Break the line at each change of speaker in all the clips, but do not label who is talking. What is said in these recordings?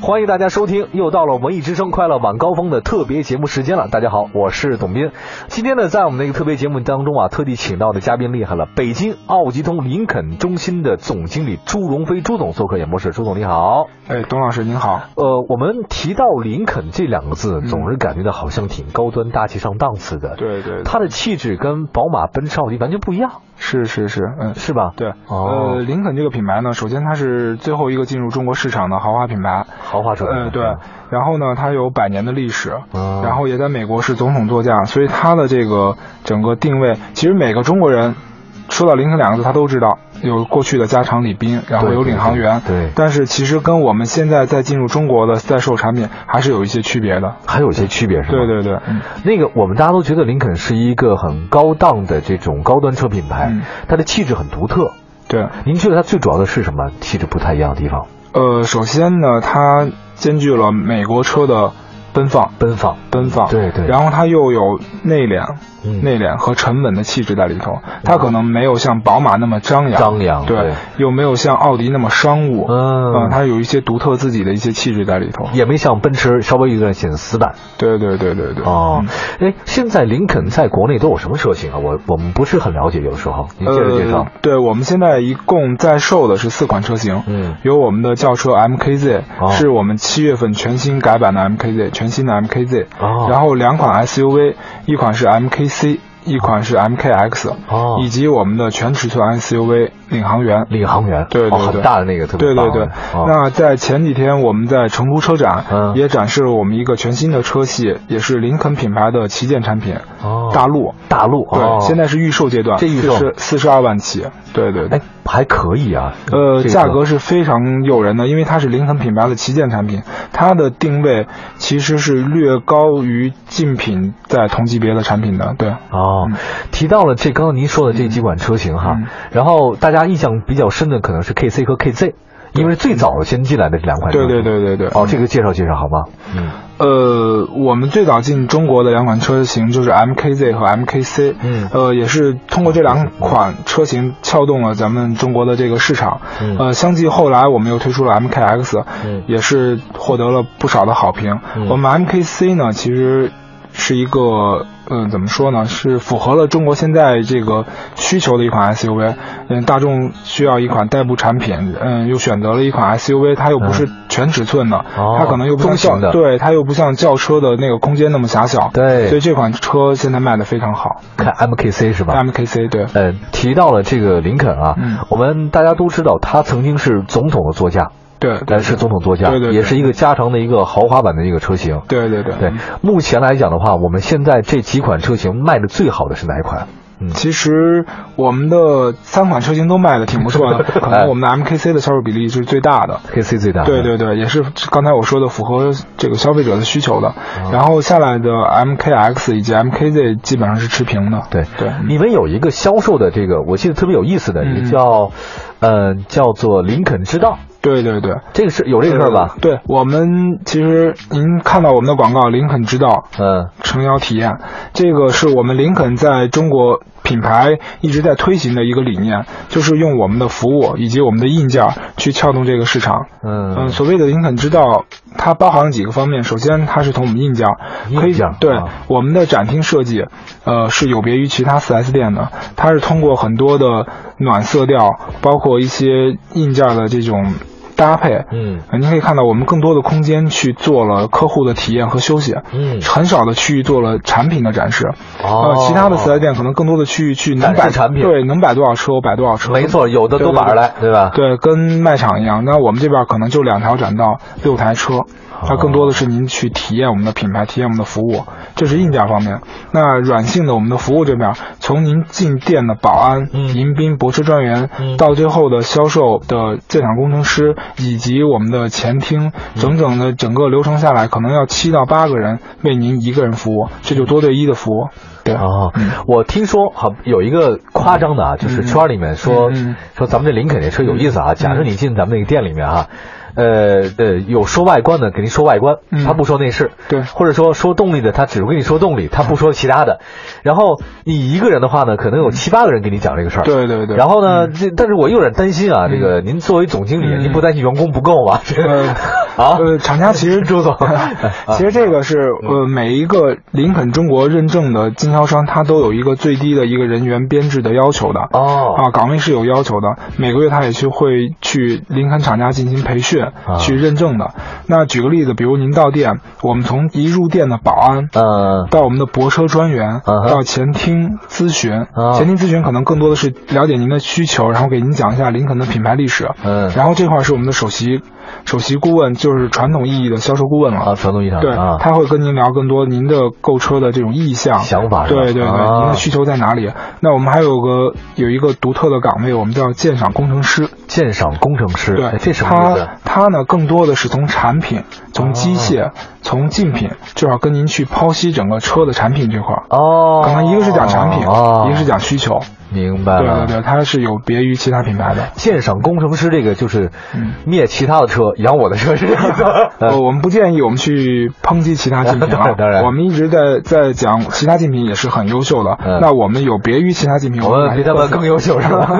欢迎大家收听，又到了文艺之声快乐晚高峰的特别节目时间了。大家好，我是董斌。今天呢，在我们那个特别节目当中啊，特地请到的嘉宾厉害了，北京奥吉通林肯中心的总经理朱荣飞朱总做客演播室。朱总你好，
哎，董老师您好。
呃，我们提到林肯这两个字，总是感觉到好像挺高端大气上档次的。
对对，
它的气质跟宝马、奔驰、奥迪完全不一样，
是是是，嗯，
是吧？
对。
哦
呃，林肯这个品牌呢，首先它是最后一个进入中国市场的豪华品牌。
豪华车。
呃，对。然后呢，它有百年的历史，
嗯
然后也在美国是总统座驾，所以它的这个整个定位，其实每个中国人。说到林肯两个字，他都知道有过去的加长礼宾，然后有领航员，
对对对
但是其实跟我们现在在进入中国的在售产品还是有一些区别的。
还有一些区别是吧？
对对对，嗯
那个，我们大家都觉得林肯是一个很高档的这种高端车品牌，
嗯
它的气质很独特。
对。
您觉得它最主要的是什么？气质不太一样的地方？
呃，首先呢，它兼具了美国车的奔放，
奔放，
奔放，
对对
然后它又有内敛、
嗯
内敛和沉稳的气质在里头。它可能没有像宝马那么张扬，
张扬
对，
对
又没有像奥迪那么商务，
嗯
呃它有一些独特自己的一些气质在里头。
也没像奔驰稍微有点显死板
对对对对对。
哦。哎，现在林肯在国内都有什么车型啊？我我们不是很了解，有时候您接着介绍
呃。，对我们现在一共在售的是四款车型，
嗯
有我们的轿车 MKZ，、
哦
是我们七月份全新改版的 MKZ，全新的 MKZ，、
哦
然后两款 SUV，一款是 MKC，一款是 MKX，、
哦
以及我们的全尺寸 SUV 领航员。
领航员，
对对
哦
对
很大的那个，特别
对
棒
对
啊。
对，
哦
那在前几天我们在成都车展、
嗯
也展示了我们一个全新的车系，也是林肯品牌的旗舰产品，
哦
大陆。
大陆，哦
对，现在是预售阶段，
这预售
是四十二万起。对对对
哎。还可以啊，
呃，
这个
价格是非常诱人的，因为它是林肯品牌的旗舰产品，它的定位其实是略高于竞品在同级别的产品的。对，
哦，提到了这刚刚您说的这几款车型哈，
嗯
然后大家印象比较深的可能是 KC 和 KZ，因为是最早先进来的这两款车
对
型。
对对对对。
哦，这个介绍介绍好吗？嗯，
呃，我们最早进中国的两款车型就是 MKZ 和 MKC，
嗯
呃，也是通过这两款车型撬动了咱们中国的这个市场，
嗯
呃，相继后来我们又推出了 MKX，、
嗯
也是获得了不少的好评。
嗯
我们 MKC 呢，其实是一个，嗯、怎么说呢，是符合了中国现在这个需求的一款 SUV，嗯，大众需要一款代步产品，嗯，又选择了一款 SUV，它又不是全尺寸的，
嗯哦
它可能又不
中
像
型
轿
的
对。对，它又不像轿车的那个空间那么狭小，
对
所以这款车现在卖的非常好。
看 MKC 是吧？
MKC 对，
呃，提到了这个林肯啊，
嗯
我们大家都知道，他曾经是总统的座驾，
对对
呃，是总统座驾，
对对对嗯
也是一个加长的一个豪华版的一个车型。
对对对。
对，目前来讲的话，我们现在这几款车型卖的最好的是哪一款？嗯，
其实我们的三款车型都卖的挺不 错的，可能我们的 MKC 的销售比例是最大的。
KC 最大的，
对对对，也是刚才我说的符合这个消费者的需求的。
嗯
然后下来的 MKX 以及 MKZ 基本上是持平的。
对
对，
你们有一个销售的这个，我记得特别有意思的，
嗯
一个叫，呃，叫做林肯之道，
对对对。
这个是有这个事儿吧
呃？对我们其实您看到我们的广告“林肯之道”，
嗯，
诚邀体验，这个是我们林肯在中国品牌一直在推行的一个理念，就是用我们的服务以及我们的硬件去撬动这个市场。
嗯
嗯，所谓的林肯之道，它包含了几个方面。首先，它是从我们硬件，可
硬
以
件
对
啊
我们的展厅设计，呃，是有别于其他 4S 店的。它是通过很多的暖色调，包括一些硬件的这种搭配，
嗯
呃，您可以看到我们更多的空间去做了客户的体验和休息，
嗯
很少的区域做了产品的展示。
哦
呃，其他的4S 店可能更多的区域去能
展示
摆
产品
对，能摆多少车我摆多少车，
没错，有的
对
都
对
摆
对
着来，对吧？
对，跟卖场一样，那我们这边可能就两条展道，六台车，它更多的是您去体验我们的品牌，体验我们的服务，这是硬件方面。那软性的，我们的服务这边，从您进店的保安、
嗯
迎宾、泊车专员，
嗯
到最后的销售的建厂工程师，以及我们的前
嗯
厅，整整的整个流程下来，可能要七到八个人为您一个人服务，这就多对一的服务。对，
哦，我听说好有一个夸张的啊，就是圈儿里面说
嗯嗯
说咱们这林肯这车有意思啊。假设你进咱们那个店里面啊，呃呃，有说外观的给您说外观，
嗯
他不说内饰，
对嗯
或者说说动力的，他只跟你说动力，他不说其他的。然后你一个人的话呢，可能有七八个人给你讲这个事儿，
对对对
然后呢，这但是我又有点担心啊，这个您作为总经理，
嗯
您不担心员工不够吗？
呃
啊
呃，厂家其实
朱 总
其实这个是呃每一个林肯中国认证的经销商，它都有一个最低的一个人员编制的要求的。
哦
啊，岗位是有要求的，每个月他也去会去林肯厂家进行培训，
啊
去认证的。那举个例子，比如您到店，我们从一入店的保安。
嗯
到我们的泊车专员，
嗯哼
到前厅咨询
啊，
前厅咨询可能更多的是了解您的需求，然后给您讲一下林肯的品牌历史。
嗯
然后这块儿是我们的首席首席顾问，就是传统意义的销售顾问了。
啊，传统意义上
对
啊，，
他会跟您聊更多您的购车的这种意向、
想法是吧
对对对，
啊
您的需求在哪里？那我们还有个有一个独特的岗位，我们叫鉴赏工程师。
鉴赏工程师，哎
对，
这什么意思啊
他？他呢，更多的是从产品、从机械、从竞品，就要跟您去剖析整个车的产品这块儿。
哦，
可能一个是讲产品，
哦、
一个是讲需求。
明白
对
了。
对对，它是有别于其他品牌的。
鉴赏工程师这个就是
嗯
灭其他的车，养我的车是这样的。
呃，我们不建议我们去抨击其他竞品
当
啊
然 当然，
我们一直在在讲其他竞品也是很优秀的
嗯，
那我们有别于其他竞品，
我们比他们更优秀是吧？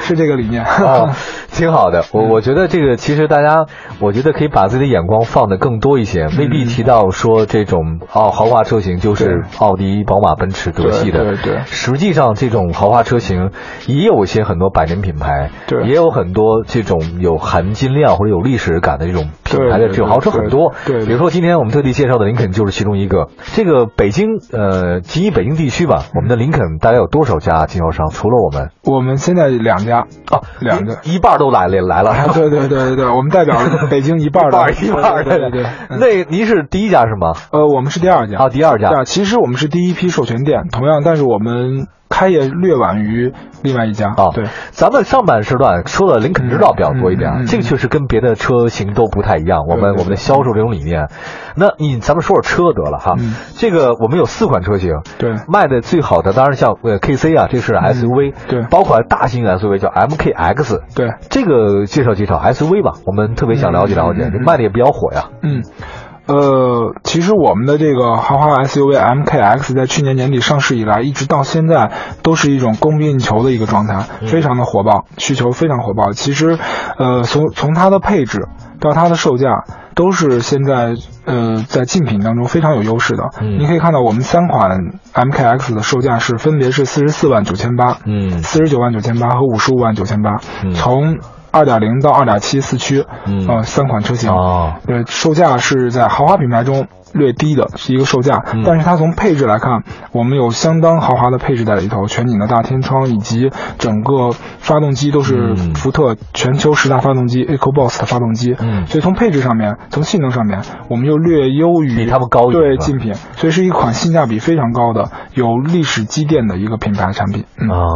是这个理念。
啊，挺好的。
嗯
我我觉得这个其实大家，我觉得可以把自己的眼光放得更多一
嗯
些，未必提到说这种哦豪华车型就是奥迪、宝马、奔驰、德系的。
对对对
实际上，这种豪华车型也有一些很多百年品牌，
对
也有很多这种有含金量或者有历史感的这种品牌的
对
这
对
种豪车
对
很多。
对对
比如说今天我们特地介绍的林肯就是其中一个。这个北京呃，仅以北京地区吧，我们的林肯大概有多少家经销商？除了我们。
我们现在两家，
哦，
两个
一一半儿都来了 来了，
啊，对对对对对，我们代表了北京一半
一
儿
半
的，
儿 一半儿
对
的
对对。对
那您是第一家是吗？
呃，我们是第二家
啊，第二家
对啊，其实我们是第一批授权店，同样，但是我们开业略晚于另外一家。
啊，
对，，
咱们上半时段说的林肯之道比较多一点啊，
嗯嗯嗯
这个确实跟别的车型都不太一样。我们
对对
我们的销售这种理念，那你咱们说说车得了哈
嗯。
这个我们有四款车型，
对
卖的最好的当然像呃 KC 啊，这是 SUV，
嗯对
包括大型 SUV 叫 MKX，
对，
这个介绍介绍 SUV 吧，我们特别想了解了解，
嗯嗯嗯
这卖的也比较火呀。
嗯，呃，其实我们的这个豪华 SUV MKX 在去年年底上市以来，一直到现在都是一种供不应求的一个状态，
嗯
非常的火爆，需求非常火爆。其实，呃，从从它的配置到它的售价。都是现在呃在竞品当中非常有优势的。
嗯
你可以看到我们三款 MKX 的售价是分别是四十四万九千八，
嗯
四十九万九千八和五十五万九千八
嗯，
从二点零到二点七四驱，
嗯
呃三款车型，
哦，
对，售价是在豪华品牌中略低的，是一个售价，
嗯
但是它从配置来看，我们有相当豪华的配置在里头，全景的大天窗以及整个发动机都是
嗯
福特全球十大发动机 EcoBoost 的发动机，
嗯
所以从配置上面，从性能上面，我们又略优于
比他们高一点是
对
吧
竞品，所以是一款性价比非常高的、有历史积淀的一个品牌产品。嗯
啊，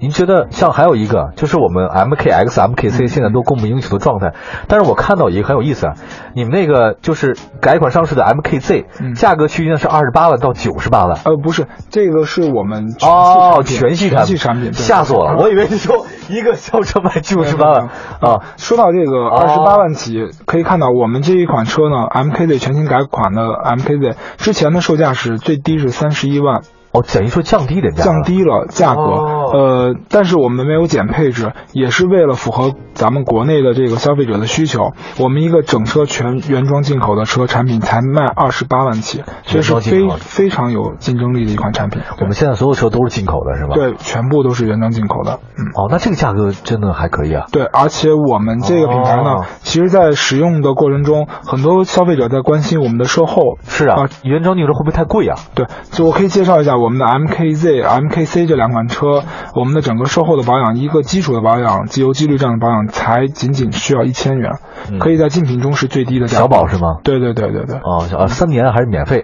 您觉得像还有一个就是我们 MKX、MKC
嗯
现在都供不应求的状态，但是我看到一个很有意思啊，你们那个就是改款上市的 MKZ，、
嗯
价格区间是二十八万到九十八万。
呃，不是，这个是我们全系产
哦，
品
全系
全
产
系产品，对嗯
吓死我了！我以为你说一个轿车卖九十八万啊，
说到这个二十八万起，可以看到我们这一款车呢，MKZ 全新改款的 MKZ 之前的售价是最低是三十一万，
哦，等于说降低点价，
降，低了价格，
哦
呃，但是我们没有减配置，也是为了符合咱们国内的这个消费者的需求。我们一个整车全原装进口的车产品才卖二十八万起，所以是
原装
非
进口的
非常有竞争力的一款产品。
我们现在所有车都是进口的，是吧？。
对，全部都是原装进口的。嗯。
哦，那这个价格真的还可以啊。
对，而且我们这个品牌呢，
哦
其实，在使用的过程中，很多消费者在关心我们的售后。
是啊
啊，
原装进口车会不会太贵啊？
对，就我可以介绍一下我们的 MKZ、MKC 这两款车，我们的整个售后的保养，一个基础的保养，机油机滤站的保养，才仅仅需要一千元，
嗯
可以在竞品中是最低的价格。
小宝是吗？
对对对对对。
哦，小啊，三年还是免费？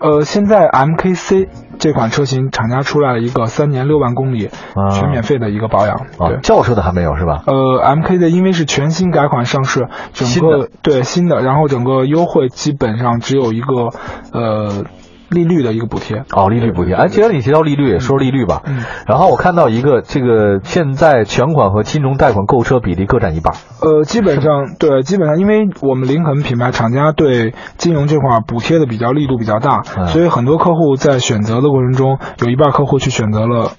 呃，现在 MKC 这款车型厂家出来了一个三年六万公里、
啊
全免费的一个保养。
啊
对，，
轿车的还没有是吧？
呃，MKZ 因为是全新改款上市，整
新的
个对新的，然后整个优惠基本上只有一个呃利率的一个补贴。
哦，利率补贴。哎，既然你提到利率，也说利率吧。
嗯。
然后我看到一个，这个现在全款和金融贷款购车比例各占一半。
呃，基本上对，基本上因为我们林肯品牌厂家对金融这块儿补贴的比较力度比较大，
嗯
所以很多客户在选择的过程中，有一半客户去选择了。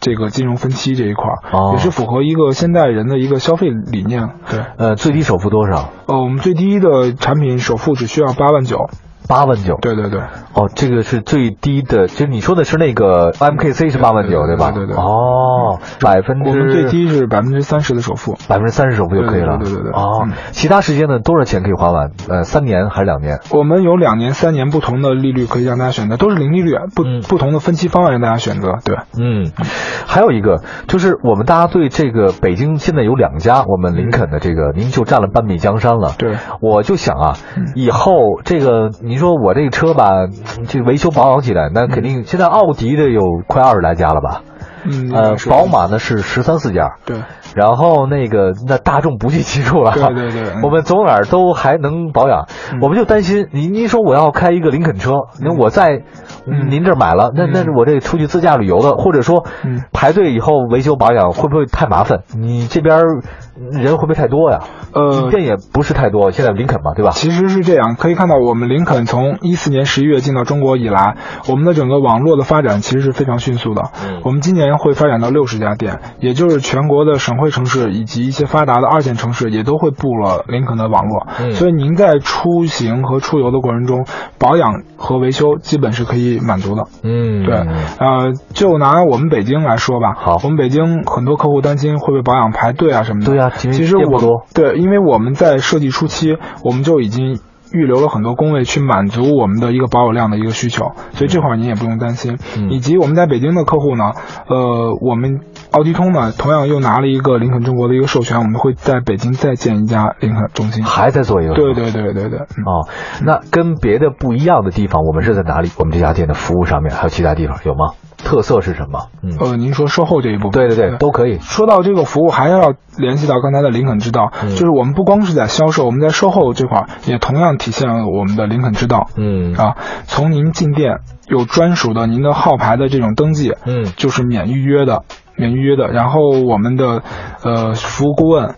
这个金融分期这一块儿，
哦
也是符合一个现代人的一个消费理念。对，
呃，最低首付多少？
呃，我们最低的产品首付只需要八万九。
八万九。
对对对，
哦，这个是最低的，就是你说的是那个 MKC 是八万九，
对对对
吧？
对对对
哦，百分之
我们最低是百分之三十的首付。
百分之三十首付就可以了。
对对对对对
哦
嗯，
其他时间呢？多少钱可以还完？呃，三年还是两年？
我们有两年、三年不同的利率可以让大家选择，都是零利率，啊不、
嗯
不同的分期方案让大家选择。对，
嗯，还有一个就是我们大家对这个北京现在有两家，我们林肯的这个，您就占了半壁江山了。
对，嗯
我就想啊，以后这个你说我这个车吧，这个维修保养起来，那肯定现在奥迪的有快二十来家了吧？
嗯，
呃，
是
宝，马呢是十三四家。
对，
然后那个那大众不计其数了，
对对对嗯嗯
我们走哪儿都还能保养，我们就担心您您说我要开一个林肯车，那、我在、
嗯
您这儿买了，那那是我这出去自驾旅游的，或者说、
嗯
排队以后维修保养会不会太麻烦？你这边儿人会不会太多呀？
呃，
店也不是太多，现在林肯嘛，对吧？
其实是这样，可以看到我们林肯从一四年十一月进到中国以来，我们的整个网络的发展其实是非常迅速的。
嗯
我们今年会发展到六十家店，也就是全国的省会城市以及一些发达的二线城市也都会布了林肯的网络。
嗯
所以您在出行和出游的过程中，保养和维修基本是可以满足的。
嗯
对，呃，就拿我们北京来说吧，
好
我们北京很多客户担心会不会保养排队啊什么的。
对啊其实
其实
店不
我
多
对，因为我们在设计初期，我们就已经。预留了很多工位去满足我们的一个保有量的一个需求，所以这块儿您也不用担心。
嗯
以及我们在北京的客户呢，呃，我们奥迪通呢同样又拿了一个林肯中国的一个授权，我们会在北京再建一家林肯中心。
还在做一个，
对。对对对对，嗯
哦，那跟别的不一样的地方，我们是在哪里？我们这家店的服务上面还有其他地方有吗？特色是什么？嗯，
呃，您说售后这一部分，
对对对，都可以。
说到这个服务，还要联系到刚才的林肯之道，
嗯
就是我们不光是在销售，我们在售后这块儿也同样体现了我们的林肯之道。
嗯
啊，从您进店有专属的您的号牌的这种登记，
嗯
就是免预约的，免预约的。然后我们的呃服务顾问。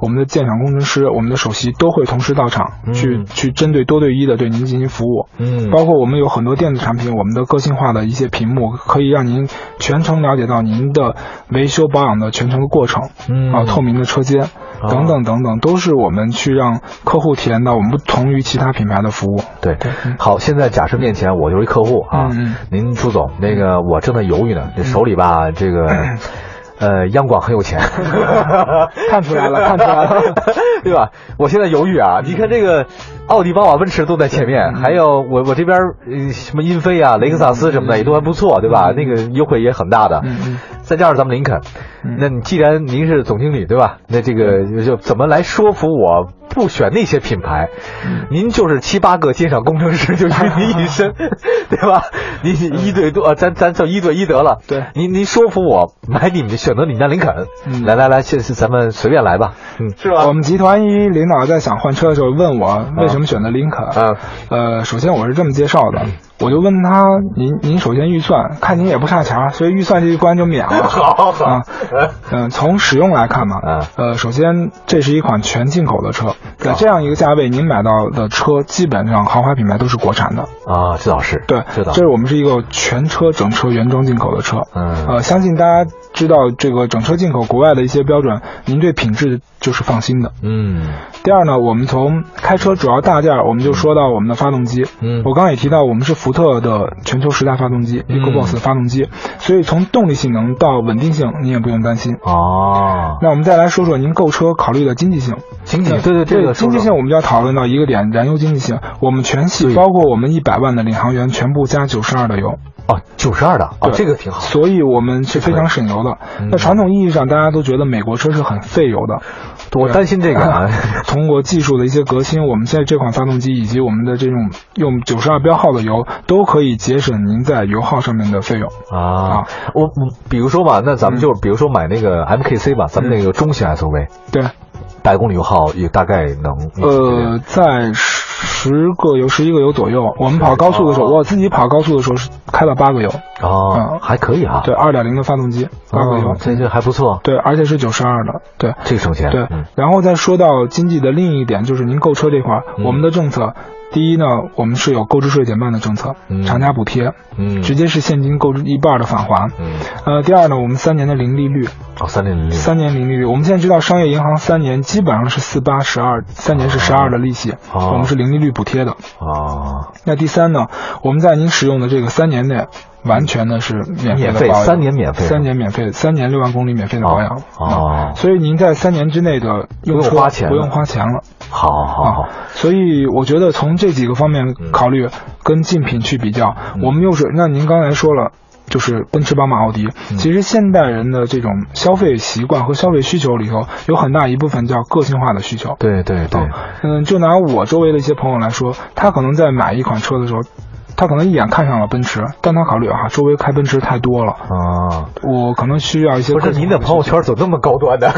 我们的鉴赏工程师、我们的首席都会同时到场，去
嗯
去针对多对一的对您进行服务。
嗯
包括我们有很多电子产品，我们的个性化的一些屏幕，可以让您全程了解到您的维修保养的全程的过程，
嗯哦
啊，透明的车间等等等等，都是我们去让客户体验到我们不同于其他品牌的服务。
对，好，现在假设面前我就是一客户啊，
嗯嗯嗯嗯
您朱总，那个我正在犹豫呢，这手里吧，这 个。呃，央广很有钱，
看出来了看出来了，嗯
对吧？我现在犹豫啊，你看这个奥迪、宝马、奔驰都在前面，还有我我这边呃什么英菲啊、雷克萨斯什么的也都还不错，对吧？那个优惠也很大的，
嗯嗯
再加上咱们林肯，那你既然您是总经理对吧？那这个就怎么来说服我不选那些品牌？
嗯
您就是七八个鉴赏工程师就与您一 身，对吧？您一对多，呃咱咱就一对一得了。
对
您您说服我买你们选择你们家林肯，
嗯
来来来，现在咱们随便来吧，嗯，是
我？们集团一领导在想换车的时候问我为什么选择林肯，
啊
呃，首先我是这么介绍的，
嗯
我就问他您您首先预算，看您也不差钱儿，所以预算这一关就免 了。
好好
啊，嗯、从使用来看呢，
嗯
呃，首先这是一款全进口的车，在这样一个价位，您买到的车基本上豪华品牌都是国产的，
啊，这倒是，
对，
这倒
这是我们是一个全车整车原装进口的车，
嗯
呃，相信大家知道这个整车进口国外的一些标准，您对品质就是放心的。
嗯
第二呢，我们从开车主要大件儿，我们就说到我们的发动机。
嗯
我刚刚也提到，我们是福特的全球十大发动机、
嗯
EcoBoss 的发动机，所以从动力性能到稳定性，您也不用担心。
哦，
那我们再来说说您购车考虑的经济性。
经济嗯对对这个
经济性，我们就要讨论到一个点，燃油经济性。我们全系包括我们一百万的领航员，全部加九十二的油，
哦，九十二的哦，
对
这个挺好，
所以我们是非常省油的
嗯。
那传统意义上，大家都觉得美国车是很费油的，
我担心这个 啊，
通过技术的一些革新，我们现在这款发动机以及我们的这种用九十二标号的油，都可以节省您在油耗上面的费用。
啊，我我比如说吧，那咱们
嗯
就比如说买那个 MKC 吧，咱们那个中型 SUV，
对，
百公里油耗也大概能
呃，在十个油、十一个油左右。我们跑高速的时候，
哦
我自己跑高速的时候是开到八个油，
哦
嗯，
还可以啊，
对，二点零的发动机，八个油
哦，，这这还不错，
对，而且是九十二的，对。
这个省钱，
对
嗯，
然后再说到经济的另一点，就是您购车这块儿，
嗯
我们的政策第一呢，我们是有购置税减半的政策，
嗯
厂家补贴，
嗯
直接是现金购置一半的返还。
嗯，
呃，第二呢，我们三年的零利率，
哦，三零零六，
三年零利率，我们现在知道商业银行三年基本上是四八十二，三年是十二的利息，
哦
我们是零利率补贴的。
啊，
那第三呢，我们在您使用的这个三年内，完全的是免费
免
的
费
保养，
三年免费，
三年免费，三年六万公里免费的保养。
哦，
所以您在三年之内的用
不用
车
花钱了
不用花钱了
好好好，
所以我觉得从这几个方面
嗯
考虑，跟竞品去比较，我们又是那您刚才说了。就是奔驰、宝马、奥迪，
嗯
其实现代人的这种消费习惯和消费需求里头，有很大一部分叫个性化的需求。
对对对，
嗯，就拿我周围的一些朋友来说，他可能在买一款车的时候，他可能一眼看上了奔驰，但他考虑啊，周围开奔驰太多了，
啊。
我可能需要一些
不
个性化的
是
需求。
您的朋友圈怎么那么高端 的？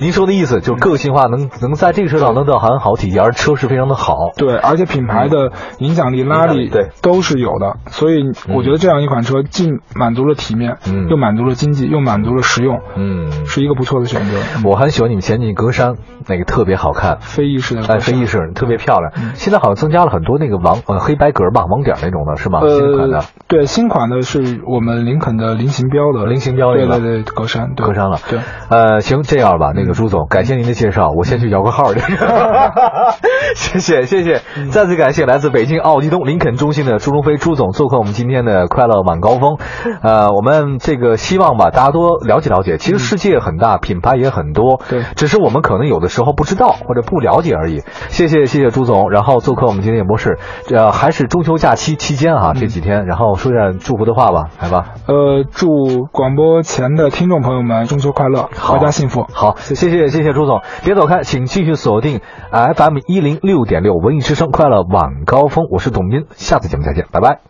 您说的意思就是个性化能能在这个车上能到很好体现，而车是非常的好。
对，而且品牌的影响力、拉
嗯影
力
响力对
都是有的，所以我觉得这样一款车既满足了体面，
嗯
又满足了经济，又满足了实用，
嗯，
是一个不错的选择。
我很喜欢你们前进格栅，那个特别好看。
非意式的
哎，
格
飞
栅，
翼式特别漂亮，现在好像增加了很多那个网呃黑白格儿吧，网点儿那种的是吗？新款的
呃，对，新款的是我们林肯的菱形标的，
菱形标那
对
个
对对，格栅，对
格栅了。
对，嗯
呃，行，这样吧，那个朱总，感谢您的介绍，我先去摇个 号去。 谢谢谢谢，
嗯
再次感谢来自北京奥迪东林肯中心的朱中飞朱总做客我们今天的快乐晚高峰。呃，我们这个希望吧，大家多了解了解，其实世界很大，品牌也很多，
对
只是我们可能有的时候不知道或者不了解而已。谢谢谢谢朱总，然后做客我们今天演播室，呃，还是中秋假期期间啊，这几天，然后说点祝福的话吧，来吧。
呃，祝广播前的听众朋友们中秋快乐，
好
阖家幸福。
好，谢谢谢谢朱总，别走开，请继续锁定 FM 一零六点六文艺之声快乐晚高峰，我是董斌，下次节目再见，拜拜。